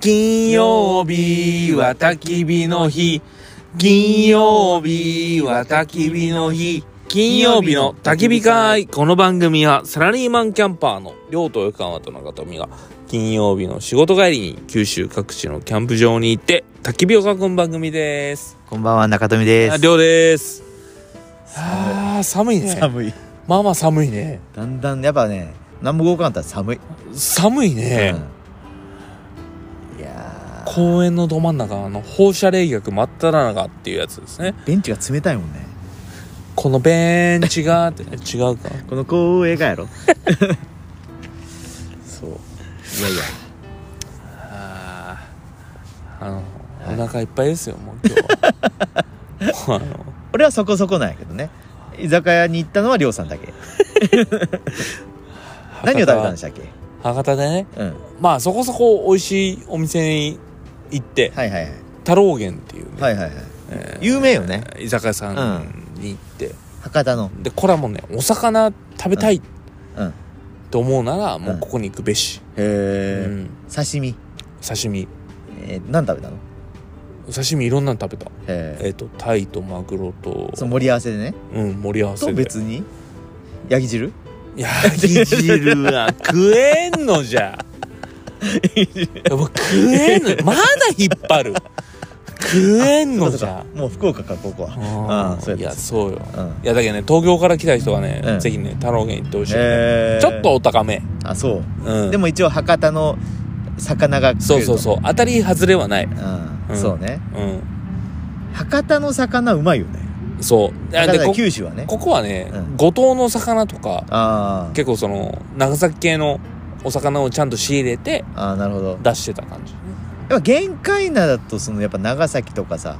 金曜日は焚き火の日。金曜日は焚き火の日。金曜日の焚き火会。この番組はサラリーマンキャンパーの両と横浜と中富が金曜日の仕事帰りに九州各地のキャンプ場に行って焚き火を囲む番組です。こんばんは中富であす。両です。あー寒いね。寒い。まあまあ寒いね。だんだんやっぱね、何も動かなかったら寒い。寒いね。うんいや公園のど真ん中あの放射冷却真っ只中っていうやつですねー、ベンチが冷たいもんね。このベンチがって違うかこの光栄がや ろ。そう。いやいや。あのお腹いっぱいですよもう今日 はもうあの俺はそこそこなんやけどね。居酒屋に行ったのはりょうさんだけ。何を食べたんでしたっけ？博多でねうん。まあそこそこ美味しいお店に行ってはいはいはい。太郎源っていうね、はいはいはい。え有名よね。ー居酒屋さんに行って、博多の。でこれはもうねお魚食べたいうん。へと思うならもううんここに行くべし、うえ。ん、刺身。刺身えー、何食べたの？刺身いろんなの食べたへえっ、とタイとマグロとその盛り合わせでね。うん盛り合わせとで別にヤギ汁？焼き汁は食えんのじゃもう食えんのまだ引っ張る食えんのそうじかゃもう福岡かここは。ああーそういややったそうようん。いやだけどね東京から来た人はね、うんぜひね太郎源行ってほしい、えーちょっとお高め、あそう、うん、でも一応博多の魚が食そえうるそうそうう当たり外れはないん、うんそうねうん博多の魚うまいよねそうで博で多こ九州はねここはね、うん五島の魚とかあー結構その長崎系のお魚をちゃんと仕入れてあーなるほどやっ出してた感じ、ぱ玄界灘だとそのやっぱ長崎とかさ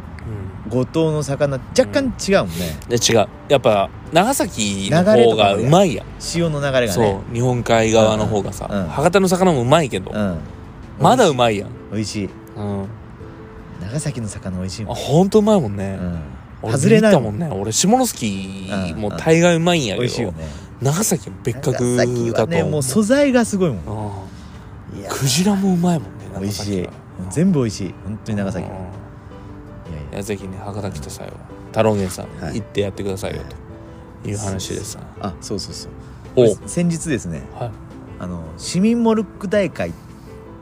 五島の魚若干違うもんね、で違うやっぱ長崎の方がうまいやん潮の流れがそねう日本海側の方がさ、うんうん博多の魚もうまいけど、うんまだうまいやん、美味しいうん、あ長崎の魚美味しいもん、ほんとうまいもんね、うん、俺外れない見たもんね俺下関も大概うまいんや美け味しいど、よね長崎は別格だと長崎はね思もうう素材がすごいもんいうんやクジラもうまいもんね美味し長崎いは全部美味しい本当に長崎うはんいやいいややぜひね博多来た際は太郎源さん、はい行ってやってくださいよという話でさあそうそうそうおう先日ですねはいあの市民モルック大会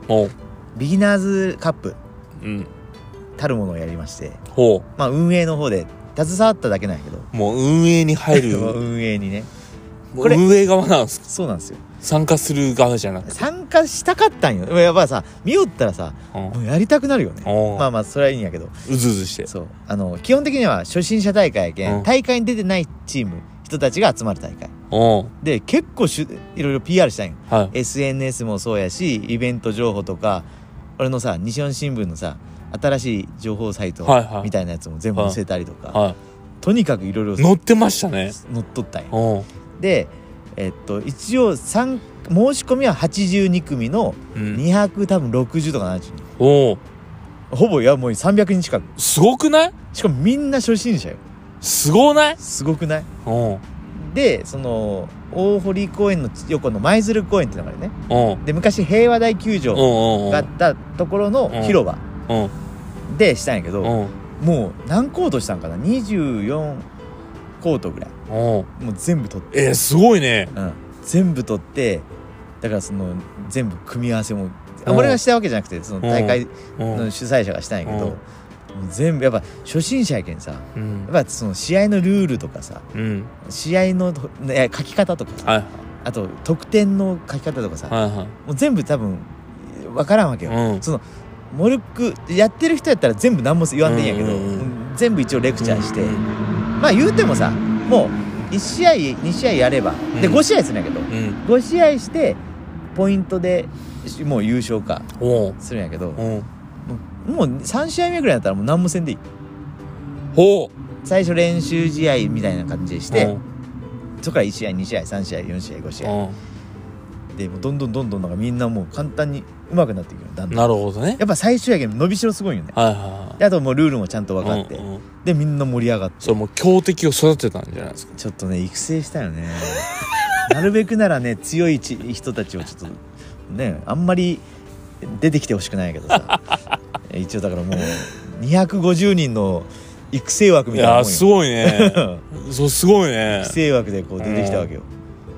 おうビギナーズカップうんたるものをやりまして、ほまあ、運営の方で携わっただけなんやけどうもう運営に 入る運営にねここれれ運営側なんですかそうなんですよ参加する側じゃなくて、参加したかったんよやっぱさ見よったらさうんもうやりたくなるよねおうまあまあそれはいいんやけどうずうずしてそうあの基本的には初心者大会やけうんん大会に出てないチーム人たちが集まる大会おうで結構しゅいろいろ PR したんよはい SNS もそうやしイベント情報とか俺のさ西日本新聞のさ新しい情報サイトはいはいみたいなやつも全部載せたりとか、はとにかくいろいろい乗ってましたね載っとったんやおうでえっと一応参申し込みは82組のうん200多分60とか70人おうほぼいやもう300人近くすごくないしかもみんな初心者よすごないすごくないおうでその大堀公園の横の舞鶴公園ってのがあるねおうで昔平和大球お場うおうおうがあったところの広場おうでしたんやけど、おうもう何コートしたんかな24コートぐらいおうもう全部取って、えー、すごいねうん、全部取ってだからその全部組み合わせもあうん俺がしたわけじゃなくてその大会うんの主催者がしたんやけど、うんもう全部やっぱ初心者やけんさやうっんぱその試合のルールとかさうん試合の、ね、書き方とかさはいあと得点の書き方とかさ、はいはいもう全部多分分からんわけよ、うんそのモルックやってる人やったら全部何も言わんでいいんやけど、うんうんう全部一応レクチャーして、うんまあ言うてもさもう1試合2試合やれば、でうん5試合するんやけどうん5試合してポイントでもう優勝かおうするんやけどもおううもう3試合目ぐらいだったらもう何もせんでいいほ最初練習試合みたいな感じでしうて、おうそこから1試合2試合3試合4試合5試合おでもうどんどんどんどんなんかみんなもう簡単に上手くなっていくよだんうだんなるほどねやっぱ最終やけん伸びしろすごいよねはいはであともうルールもちゃんとい分はかいって、うんうんでみんな盛り上がってそれもう強敵を育てたんじゃないですかちょっとね育成したよねなるべくならね強いち人たちをちょっとねあんまり出てきてほしくないけどさえ一応だからもう250人の育成枠いみたいなやーもんよすごい ねそうすごいね育成枠でこう出てきたわけよ、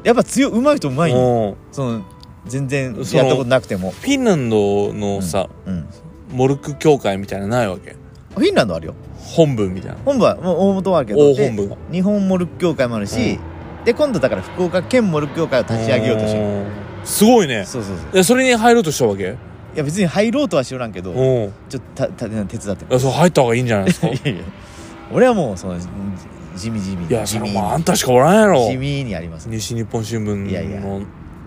やっぱ強いうまい人うまいよ、うんその全然やっそのたことなくても、フィンランドのさ、うん、モルク協会みたいなのないわけフィンランドあるよ本部みたいな本部はもう大元はあるけど大で本部が日本モルック協会もあるし、で今度だから福岡県モルック協会を立ち上げようとしてるうんすごいねそうそうそういやそれに入ろうとしたわけいや別に入ろうとは知らんけどうんいちょっとたた手伝ってやそれ入った方がいいんじゃないですかい いやいや俺はもうそのじ地味地味や地そ味れにもうあんたしかおらんやろ地味にありますね西日本新いやいや聞の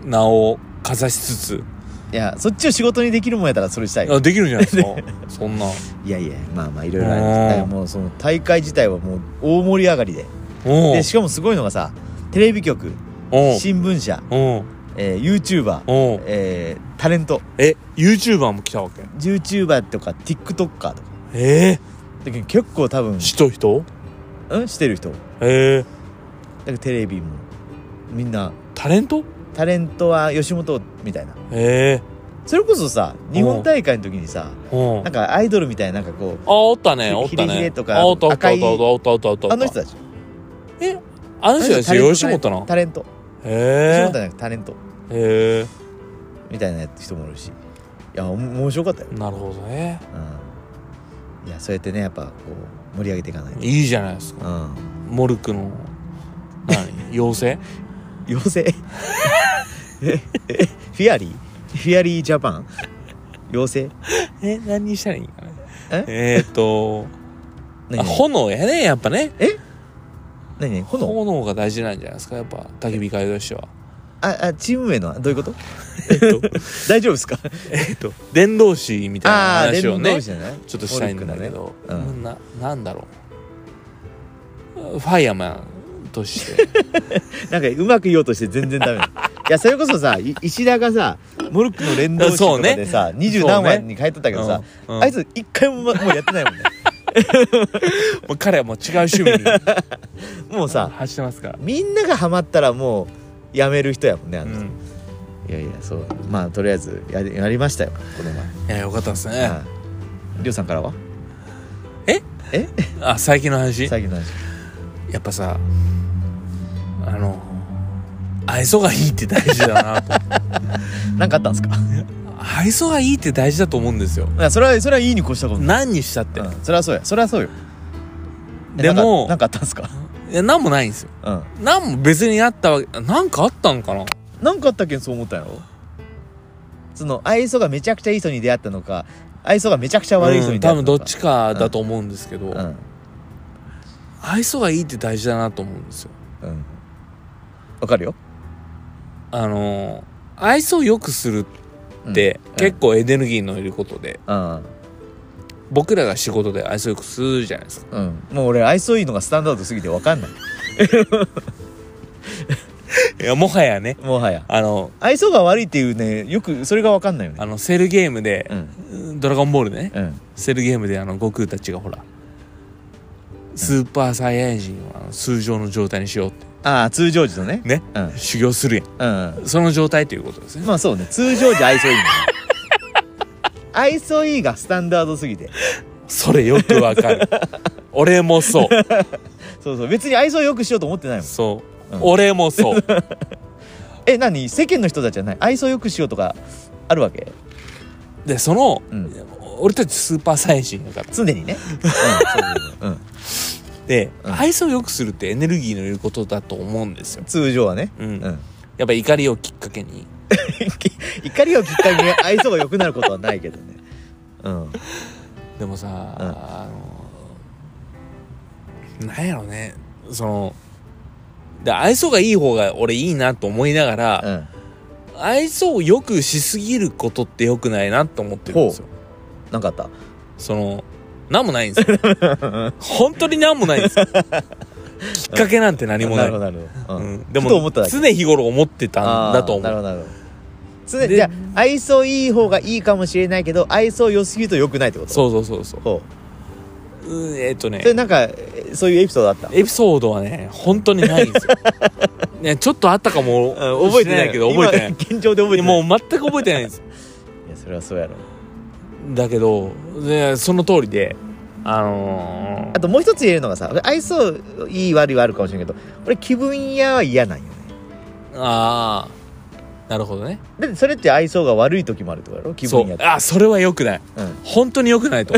名をかざしつついやそっちを仕事にできるもんやったらそれしたいあできるんじゃない ですかそんないやいやまあまあいろいろありますうんだからもうその大会自体はもう大盛り上がりでうんでしかもすごいのがさテレビ局うん新聞社、うんえー、YouTuber、うんえー、タレントえ YouTuber も来たわけ YouTuber とか TikToker とかえだけど結構多分え人人うんしてる人だええけどテレビもみんなタレントタレントは吉本みたいなえそれこそさ日本大会の時にさえうんなんかアイドルみたいななんかこうあ、おったね、おっひたひれひねれ。とかあ、おったおった赤おいったおったおったおったおった。あの人たちえあの人たタレンちト吉本な。タレント吉へ本じゃなくてタレントえ。へみたいな人もいるしいやおも面白かったよ、え。なるほどね。うん、いやそうやってねやっぱこう盛り上げていかないと、いいじゃないですか。うん、モルクの、 何妖精妖精 ええフィアリーフィアリージャパン妖精え、何にしたらいいんかね。ええーっと、あ何炎やね、やっぱね。何何炎炎が大事なんじゃないですか、やっぱ、焚き火会としては。ああチーム名のどういうこと 大丈夫ですかえっと、伝道師みたいなああー話を連動ね、じゃないちょっとしたいんだけど、モルクのねな、なんだろう。ファイヤーマンとして。なんかうまく言おうとして全然ダ メいやそれこそさい石田がさモルックの連動誌とかでさ二十、何話に書いとったけどさ、うんうんあいつ一回も,、もうやってないも んね もう彼はもう違う趣味にもう さ走ってますから。みんながハマったらもうやめる人やもんねあうの人、ん、いやいやそうまあとりあえずやりやりましたよこの前いやよかったですね。はいりょうさんからはええあ最近の話最近の話やっぱさあの愛想がいいって大事だな と何かあったんですか愛想がいいって大事だと思うんですよ。いやそれはそれはいいに越したことない何にしたって。うんそれはそうやそれはそうよえでもなんかなんかあったんですかいや何もないんですよ。うん何も別にあったわけ何かあったのかな。なんかあったっけんそう思ったんやろその愛想がめちゃくちゃいい人に出会ったのか愛想がめちゃくちゃ悪い人うんに出多会った分のか、どっちかだと思うんですけど、うん愛想がいいって大事だなと思うんですよ。うんわかるよあの愛想を良くするってうん結構エネルギーのいることで。うん、僕らが仕事で愛想よくするじゃない ですかうん、もう俺愛想いいのがスタンダードすぎてわかんないいやもはやねもはやあの愛想が悪いっていうねよくそれがわかんないよねあのセルゲームでう、んドラゴンボールねうんセルゲームであの悟空たちがほらスーパーサイヤ人をあの通常の状態にしようってああ通常時とねねうんうん修行するやうんんその状態ということですねまあそうね通常時愛想い いのよ愛想いいがスタンダードすぎてそれよくわか る俺もそうそうそう別に愛想よくしようと思ってないもんそう、うん俺もそうえ何世間の人たちはない愛想よくしようとかあるわけでその、うん俺たちスーパーサイヤ人だから常にねうんそうそうそううんで、うん愛想よくするってエネルギーのいることだと思うんですよ通常はねうんうんやっぱ怒りをきっかけに怒りをきっかけに愛想が良くなることはないけどねうんでもさ、うんあのなんやろねそので愛想がいい方が俺いいなと思いながうら、ん愛想をよくしすぎることってよくないなと思ってるんですよなんかあったそのなんもないん ですよ本当になんもないんですよきっかけなんて何もななるいほどなるほどううんんでふと思もった常だけ日頃思ってたんだと思あーなるうほどなるほど常でじゃあ愛想いい方がいいかもしれないけど愛想良すぎると良くないってことそうそうそうそうほうんえっ、とねうそれなんかえそういうエピソードあったエピソードはね本当にないんです よ、ね、ちょっとあったかもうん覚えしてれないけど覚えてない今現状で覚えてないもう全く覚えてないんですいやそれはそうやろだけどでその通りであのーあともう一つ言えるのがさ俺愛想いい悪いはあるかもしれんけど俺気分屋は嫌なんよねああなるほどねだってそれって愛想が悪い時もあるってことやろ気そ分屋うってあそれはよくないうん本当によく ないと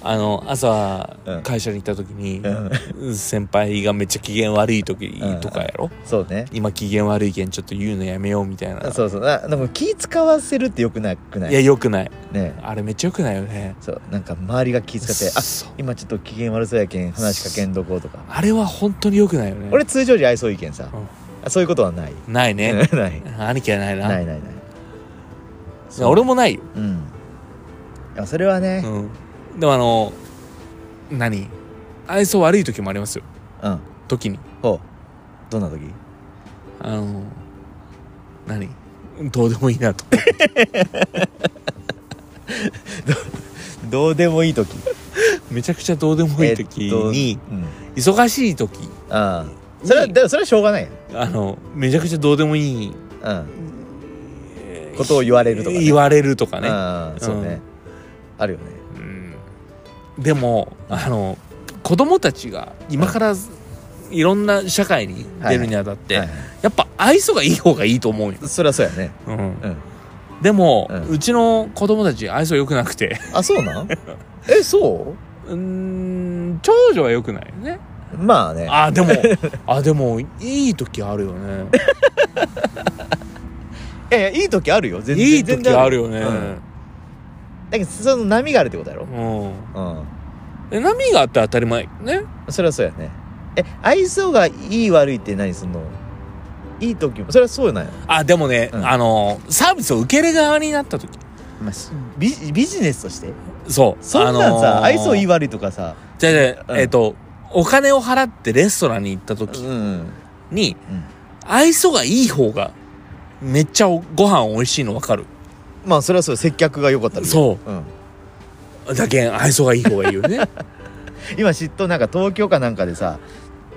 あの朝うん会社に行った時に、うん先輩がめっちゃ機嫌悪い時とかやろ、そうね今機嫌悪いけんちょっと言うのやめようみたいなそうそうななんか気使わせるってよくなくないいやよくないねあれめっちゃよくないよねそうなんか周りが気使って「あそう今ちょっと機嫌悪そうやけん話しかけんどこう」とかあれは本当によくないよね俺通常時愛想いいけんさ、うんあそういうことはない、ない なねいない兄貴はないなないないいや俺もないよ、うんいやそれはねうん、でもあの何愛想悪い時もありますようん、時にほうどんな時あの何どうでもいい なとどうでもいい時めちゃくちゃどうでもいい時えっとに、うん、忙しい時ああそれはにでもそれはしょうがないよ、あのめちゃくちゃどうでもいいうん、ことを言われるとかね言われるとかね、ああそうね、あるよねうんでもあの子供たちが今からいろんな社会に出るにあたって、はいはいやっぱ愛想がいい方がいいと思うよ、それはそうやねうんうんでも、ううんちの子供たち愛想良くなくてあそうなんえそうーん長女は良くないよねうまあねあでもあでもいい時あるよねいやいやいい時あるよ全然いい全時然あるよねうんだけどその波があるってことやろうん、うんえ波があって当たり前ねそれはそうやねえ愛想がいい悪いって何そのいい時もそれはそうなんや、あでもね、うんあのサービスを受ける側になった時まあ、しビジビジネスとしてそうそんなんさ、あのー愛想いい悪いとかさじゃあじゃあうんえっ、とお金を払ってレストランに行ったう時んに、愛想がいい方がめっちゃおご飯美味しいの分かるまあそれはそう接客が良かったらいいよ、そうん、だけん愛想がいい方がいいよ ね今嫉妬なんか東京かなんかでさ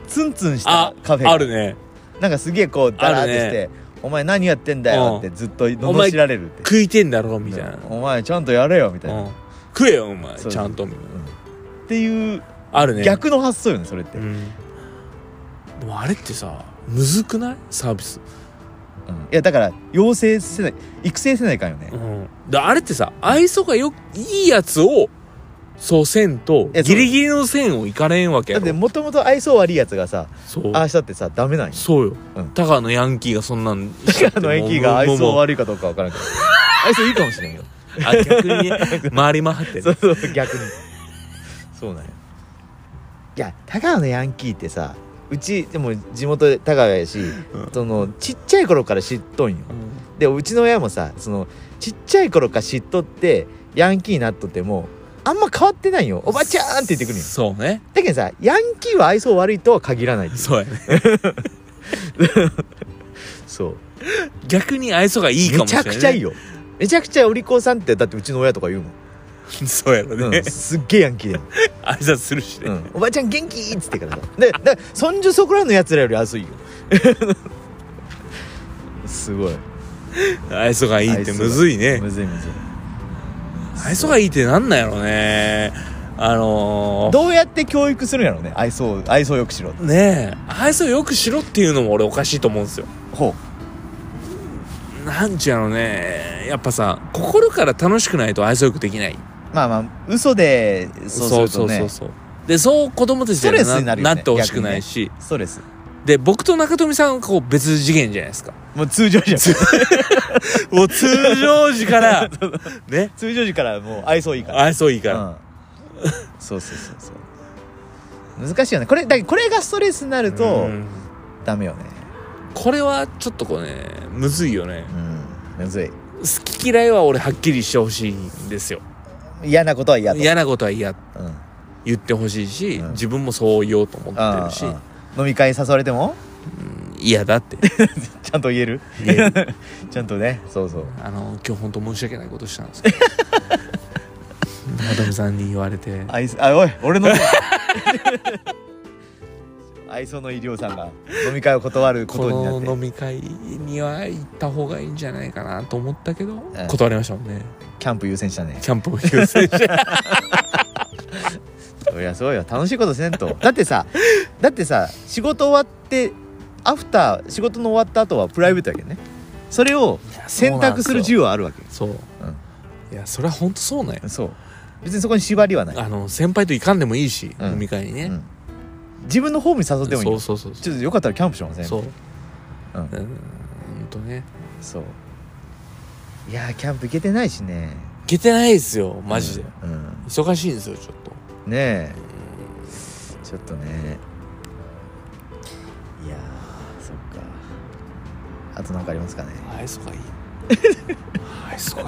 ツンツンしたあカフェがあるねなんかすげえこうダラーってしあるて、お前何やってんだよ」ってずっと罵られるって食いてんだろみたいな、お前ちゃんとやれよみたいな、うん食えよお前そうちゃんとみたいなっていうあるね逆の発想よねそれって、うんでもあれってさむずくないサービス、うんいやだから養成せない育成せないかんよね、うん、であれってさ愛想がよいいやつをそうせんとえそうギリギリの線をいかれんわけやだってろもともと愛想悪いやつがさそうああしたってさダメなんよそうよ、うん高野ヤンキーがそんなんあ の駅が愛想悪悪いかどうかわからん けど愛想いいかもしれんよいあ逆に ね回り回ってねそうそう逆にそうなんよいや高尾のヤンキーってさうちでも地元高尾やし、うんそのちっちゃい頃から知っとんよでうちの親もさそのちっちゃい頃から知っとってヤンキーになっとってもあんま変わってないよおばちゃんって言ってくるんよそうねだけどさヤンキーは愛想悪いとは限らないっていうそうやねそう逆に愛想がいいかもしれない、ね、めちゃくちゃいいよめちゃくちゃお利口さんってだってうちの親とか言うもん、 そうやろうんね、すっげえヤンキーだよ、挨拶するしね、うんおばちゃん元気っつってからさでだそんじょそこらのやつらより安いよ すごい愛想がいいってむずいねむずいむずい愛想がいいってなんなんやろねあのどうやって教育するんやろうね愛想を愛想よくしろー、ねえ愛想よくしろっていうのも俺おかしいと思うんですよほなんちゅうやろねやっぱさ心から楽しくないと愛想よくできないうまあまあ嘘でそうするとねそうでそう子供たちストレスににななるよねなってほしくないし、ストレスで僕と中富さんはこう別次元じゃないですかもう通常 時通もう通常時から ね通常時からもう愛想いいから愛想いいから、うん、そうそうそうそう難しいよねこれだけどこれがストレスになるとうんダメよねこれはちょっとこうねむずいよねうんむずい好き嫌いは俺はっきりしてほしいんですよ嫌なことは嫌と嫌なことは嫌うんうん言ってほしいし、うん自分もそう言おうと思ってうるんし飲み会誘われても嫌だって ちゃんと言える言えちゃんとねそうそうあの今日本当申し訳ないことしたん ですけど中富さんに言われて 愛すあおい俺のせい愛想の医療さんが飲み会を断るこことになっての飲み会には行った方がいいんじゃないかなと思ったけど、ええ断りましたもんねキャンプ優先したねキャンプを優先 してそりゃそうよ楽しいことせん とだってさだってさ仕事終わってアフター仕事の終わった後はプライベートやけどねそれを選択する自由はあるわけそう、んいやそれは本当そうねそう別にそこに縛りはない、あの先輩と行かんでもいいし、うん飲み会にね、うん自分のホームに誘ってもいいそようそうそうそちょっとよかったらキャンプしませうんそうううんんほんとねそういやーキャンプ行けてないしね行けてないですよマジで、うん、うん忙しいんですよちょっとねえちょっとねいやーそっかあと何かありますかね愛想がいい愛想がいい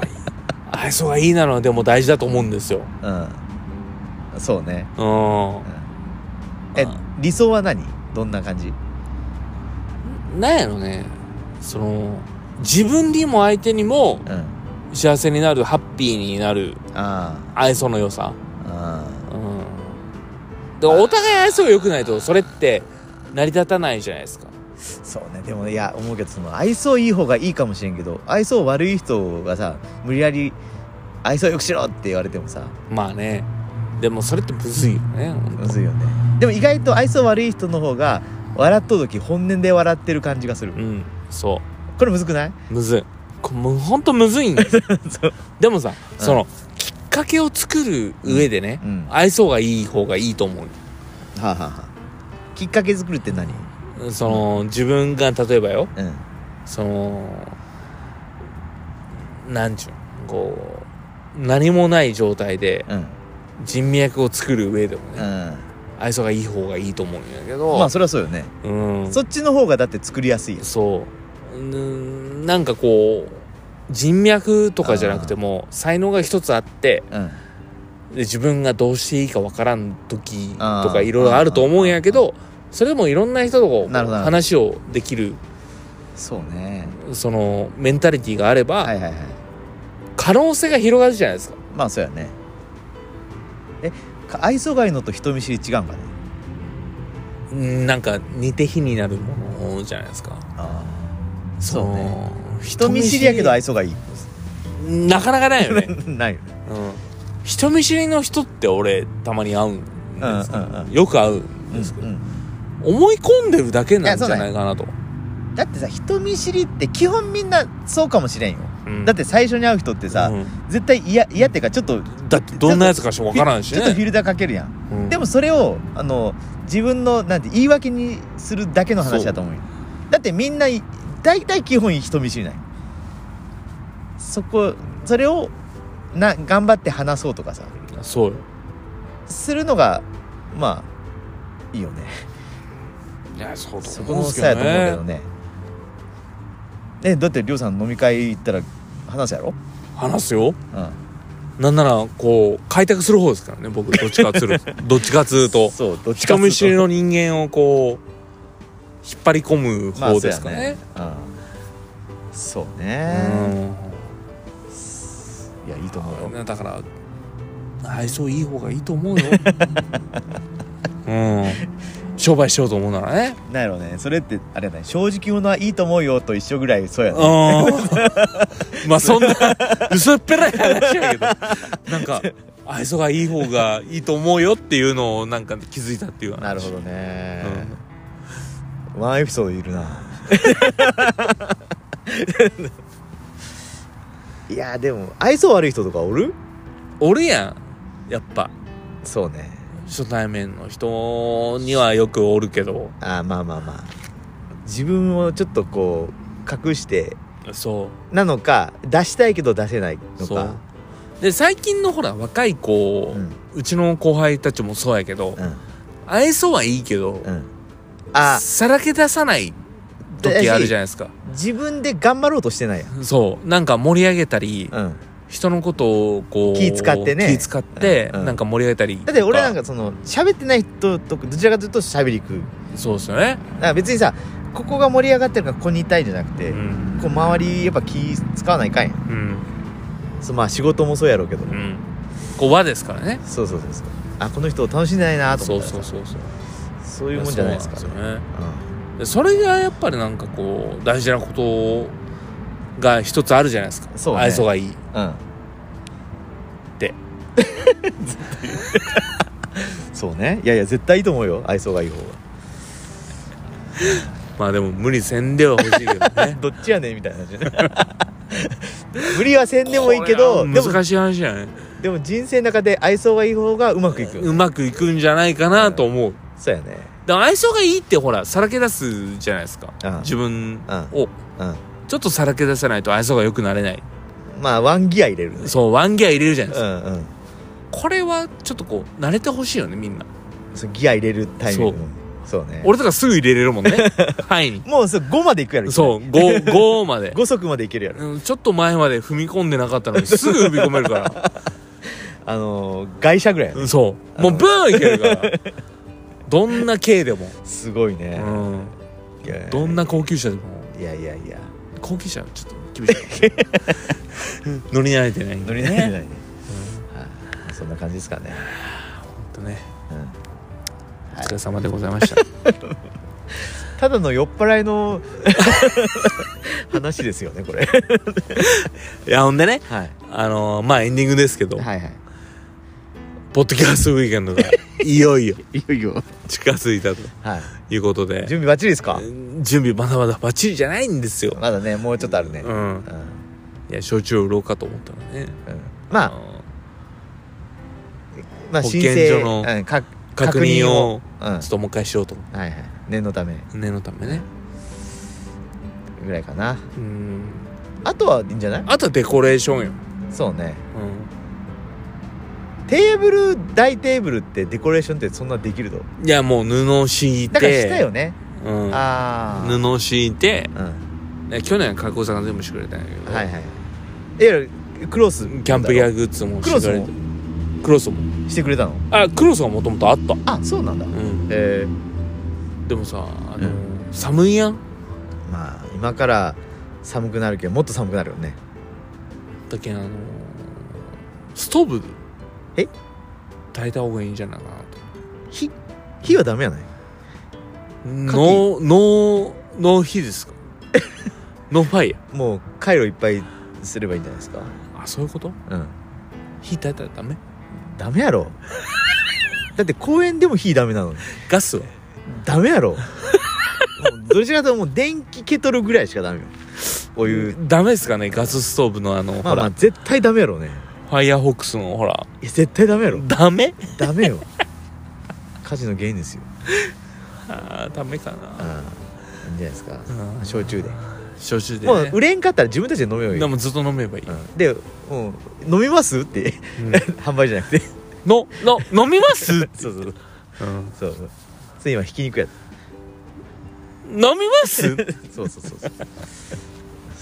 愛想がいいなのはでも大事だと思うんですようんそうね、うんうん、えあ理想は何どんな感じなんやろねその自分にも相手にもうん幸せになるハッピーになるあ愛想の良さーあうんでお互い愛想が良くないとそれって成り立たないじゃないですかーそうねでもいや思うけどその愛想いい方がいいかもしれんけど愛想悪い人がさ無理やり愛想よくしろって言われてもさまあねでもそれってむずいよねほんとむずいよねでも意外と愛想悪い人の方が笑っとる時本音で笑ってる感じがするうんそこれむずくないうむずいこもうほんとむずいんですよ そうでもさんその、きっかけを作る上でね、うん愛想がいい方がいいと思うはあ、はあはあ、きっかけ作るって何その自分が例えばようんそのなんちゅうのこう何もない状態でうん人脈を作る上でもうね、ん愛想がいい方がいいと思うんやけど、まあそれはそうよね、うんそっちの方がだって作りやすいよそううんなんかこう人脈とかじゃなくても才能が一つあってうんで自分がどうしていいかわからん時とあーかいろいろあると思うんやけどそれでもいろんな人とこうなるほどなるほど話をできるそうねそのメンタリティーがあれば、はいはいはい可能性が広がるじゃないですかまあそうやねえか愛想がいいのと人見知り違うんかねうんなんか似て非になるものじゃないですかあそそうのね人見知りやけど人愛想がいい見知りなかなかないよ ね、ないよねうん、人見知りの人って俺たまに会うんですけどうんうんうんよく会うんですけうど、ん思い込んでるだけなんじゃないかなと、うんだってさ人見知りって基本みんなそうかもしれんようんだって最初に会う人ってさ、うん絶対嫌嫌っていうかちょっとだってどんなやつかしか分からんしちょっとフィね、ルターかけるやんうんでもそれをあの自分のなんて言い訳にするだけの話だと思うよだってみんない大体基本人見知りないそこそれをな頑張って話そうとかさそうよするのがまあいいよねいやそうとそこ思うんでのすけ差やどと思うけどねねねだってりょうさん飲み会行ったら話すやろ話すようなんならこう開拓する方ですからね僕どっちかっつる どっちかっつんうとそうどっち人かっつうと見知りの人間をこう引っ張り込むまあ方ですかね,、そうやねうんそうねいやいいと思うようんだから愛想いい方がいいと 思うようん商売しようと思うならねなんやろうねそれってあれだね正直者はいいと思うよと一緒ぐらいそうやねうんまあそんな薄っぺらい話やけどなんか愛想がいい方がいいと思うよっていうのをなんか気づいたっていう話なるほどね、ワンエピソードいる ないやでも愛想悪い人とかおる俺やんやっぱそうね初対面の人にはよくおるけどあーまあまあまあ自分をちょっとこう隠してそうなのか出したいけど出せないのそかうで最近のほら若い子、ううんちの後輩たちもそうやけど、うん愛想はいいけど、うんあさらけ出さない時あるじゃないですか自分で頑張ろうとしてないやそうなんか盛り上げたり、うん人のことをこう気使ってね気使って、うんうんなんか盛り上げたりとかだって俺なんかその喋ってない人とどちらかというと喋り行くそうですよね、だから別にさここが盛り上がってるからここにいたいんじゃなくて、うんこう周りやっぱ気使わないかんやんうんそうまあ仕事もそうやろうけど、うんこう和ですからねそうそうそうそうあこの人楽しんでないなとそ思うったらそうさそうそうそういうもんじゃないですかそうねなんですよねでそれがやっぱりなんかこう大事なことが一つあるじゃないですかそうね愛想がいいうん、うんでずっと言う そうねいやいや絶対いいと思うよ愛想がいい方がまあでも無理せんでは欲しいけど ねどっちやねんみたいな話ね 無理はせんでもいいけどこでれはも難しい話じゃないでも人生の中で愛想がいい方がうまくいくよね、うまくいくんじゃないかなと思うそうやねでも相性がいいってほらさらけ出すじゃないですかうん自分をうんちょっとさらけ出さないと愛想が良くなれないまあワンギア入れるねそうワンギア入れるじゃないうですかんうんこれはちょっとこう慣れてほしいよねみんなそうギア入れるタイミングそうね俺とかすぐ入れれるもんねはいにもうそう5までいくやろそう5 5まで5足までいけるやろうんちょっと前まで踏み込んでなかったのにすぐ踏み込めるから あのー外車ぐらいやねうんそうもうブーンいけるからどんな軽でも、すごいうねん、いやいやどんな高級車でもいやいやいや高級車はちょっと厳 しい乗り慣れてないんで乗り慣れてないねはいそんな感じですかねほんとねうんお疲れ様でございま したただの酔っ払いの 話ですよねこれいやほんでねはいあのーまあエンディングですけど、はいはポッドキャストウィーケンドがいよいよいいよいよ近づいたとはいいうことで 準備バッチリですか準備まだまだバッチリじゃないんですよ、まだねもうちょっとあるねううんん、うんいや焼酎を売ろうかと思ったらねまああのまあ保申健請所のうんか確認を確認をうんちょっともう一回しようと思はいはい念のためう念のためねぐらいかなうんあとはいいんじゃないあとはデコレーションよ、そうねうテーブル大テーブルってデコレーションってそんなできるのん、いやもう布を敷いてだからしたよねうん、ああ布を敷いてうんね去年は加工さんが全部してくれたんやけど、はいはいいやクロスキャンプギャグッズもしてくれてクロクロスもしてくれたのあクロスはもともとあったあそうなんだうんえでもさあの、う寒いやんーまあ今から寒くなるけどもっと寒くなるよねだけんあのストーブえ炊いた方がいいんじゃないかなと火火はダメやないノーノーノー火です かノーファイヤもう回路いっぱいすればいいんじゃないですかーあそういうことうん火炊いたらダメダメやろだって公園でも火ダメなのにガスはダメやろもうどちらかというともう電気ケトルぐらいしかダメよお湯ダメですかねガスストーブのあの、まあまほあ絶対ダメやろねらファイヤーホックスのほらいや絶対ダメやろダメダメよ火事の原因ですよあーダメかな、ああいいんじゃないですかうん、焼酎で焼酎で、もうね、売れんかったら自分たちで飲めよいいでもずっと飲めばいい、うんで、うん飲みますって 販売じゃなくてのの飲みます、そうそう うん、そうそうそれ今ひき肉やった飲みます じゃそうそうそうそう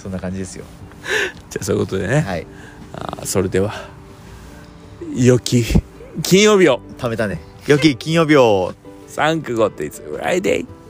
そんな感じですよあそういうことでね、はいあーそれでは良き金曜日を貯めたね良き金曜日をサンクゴテイズフライデー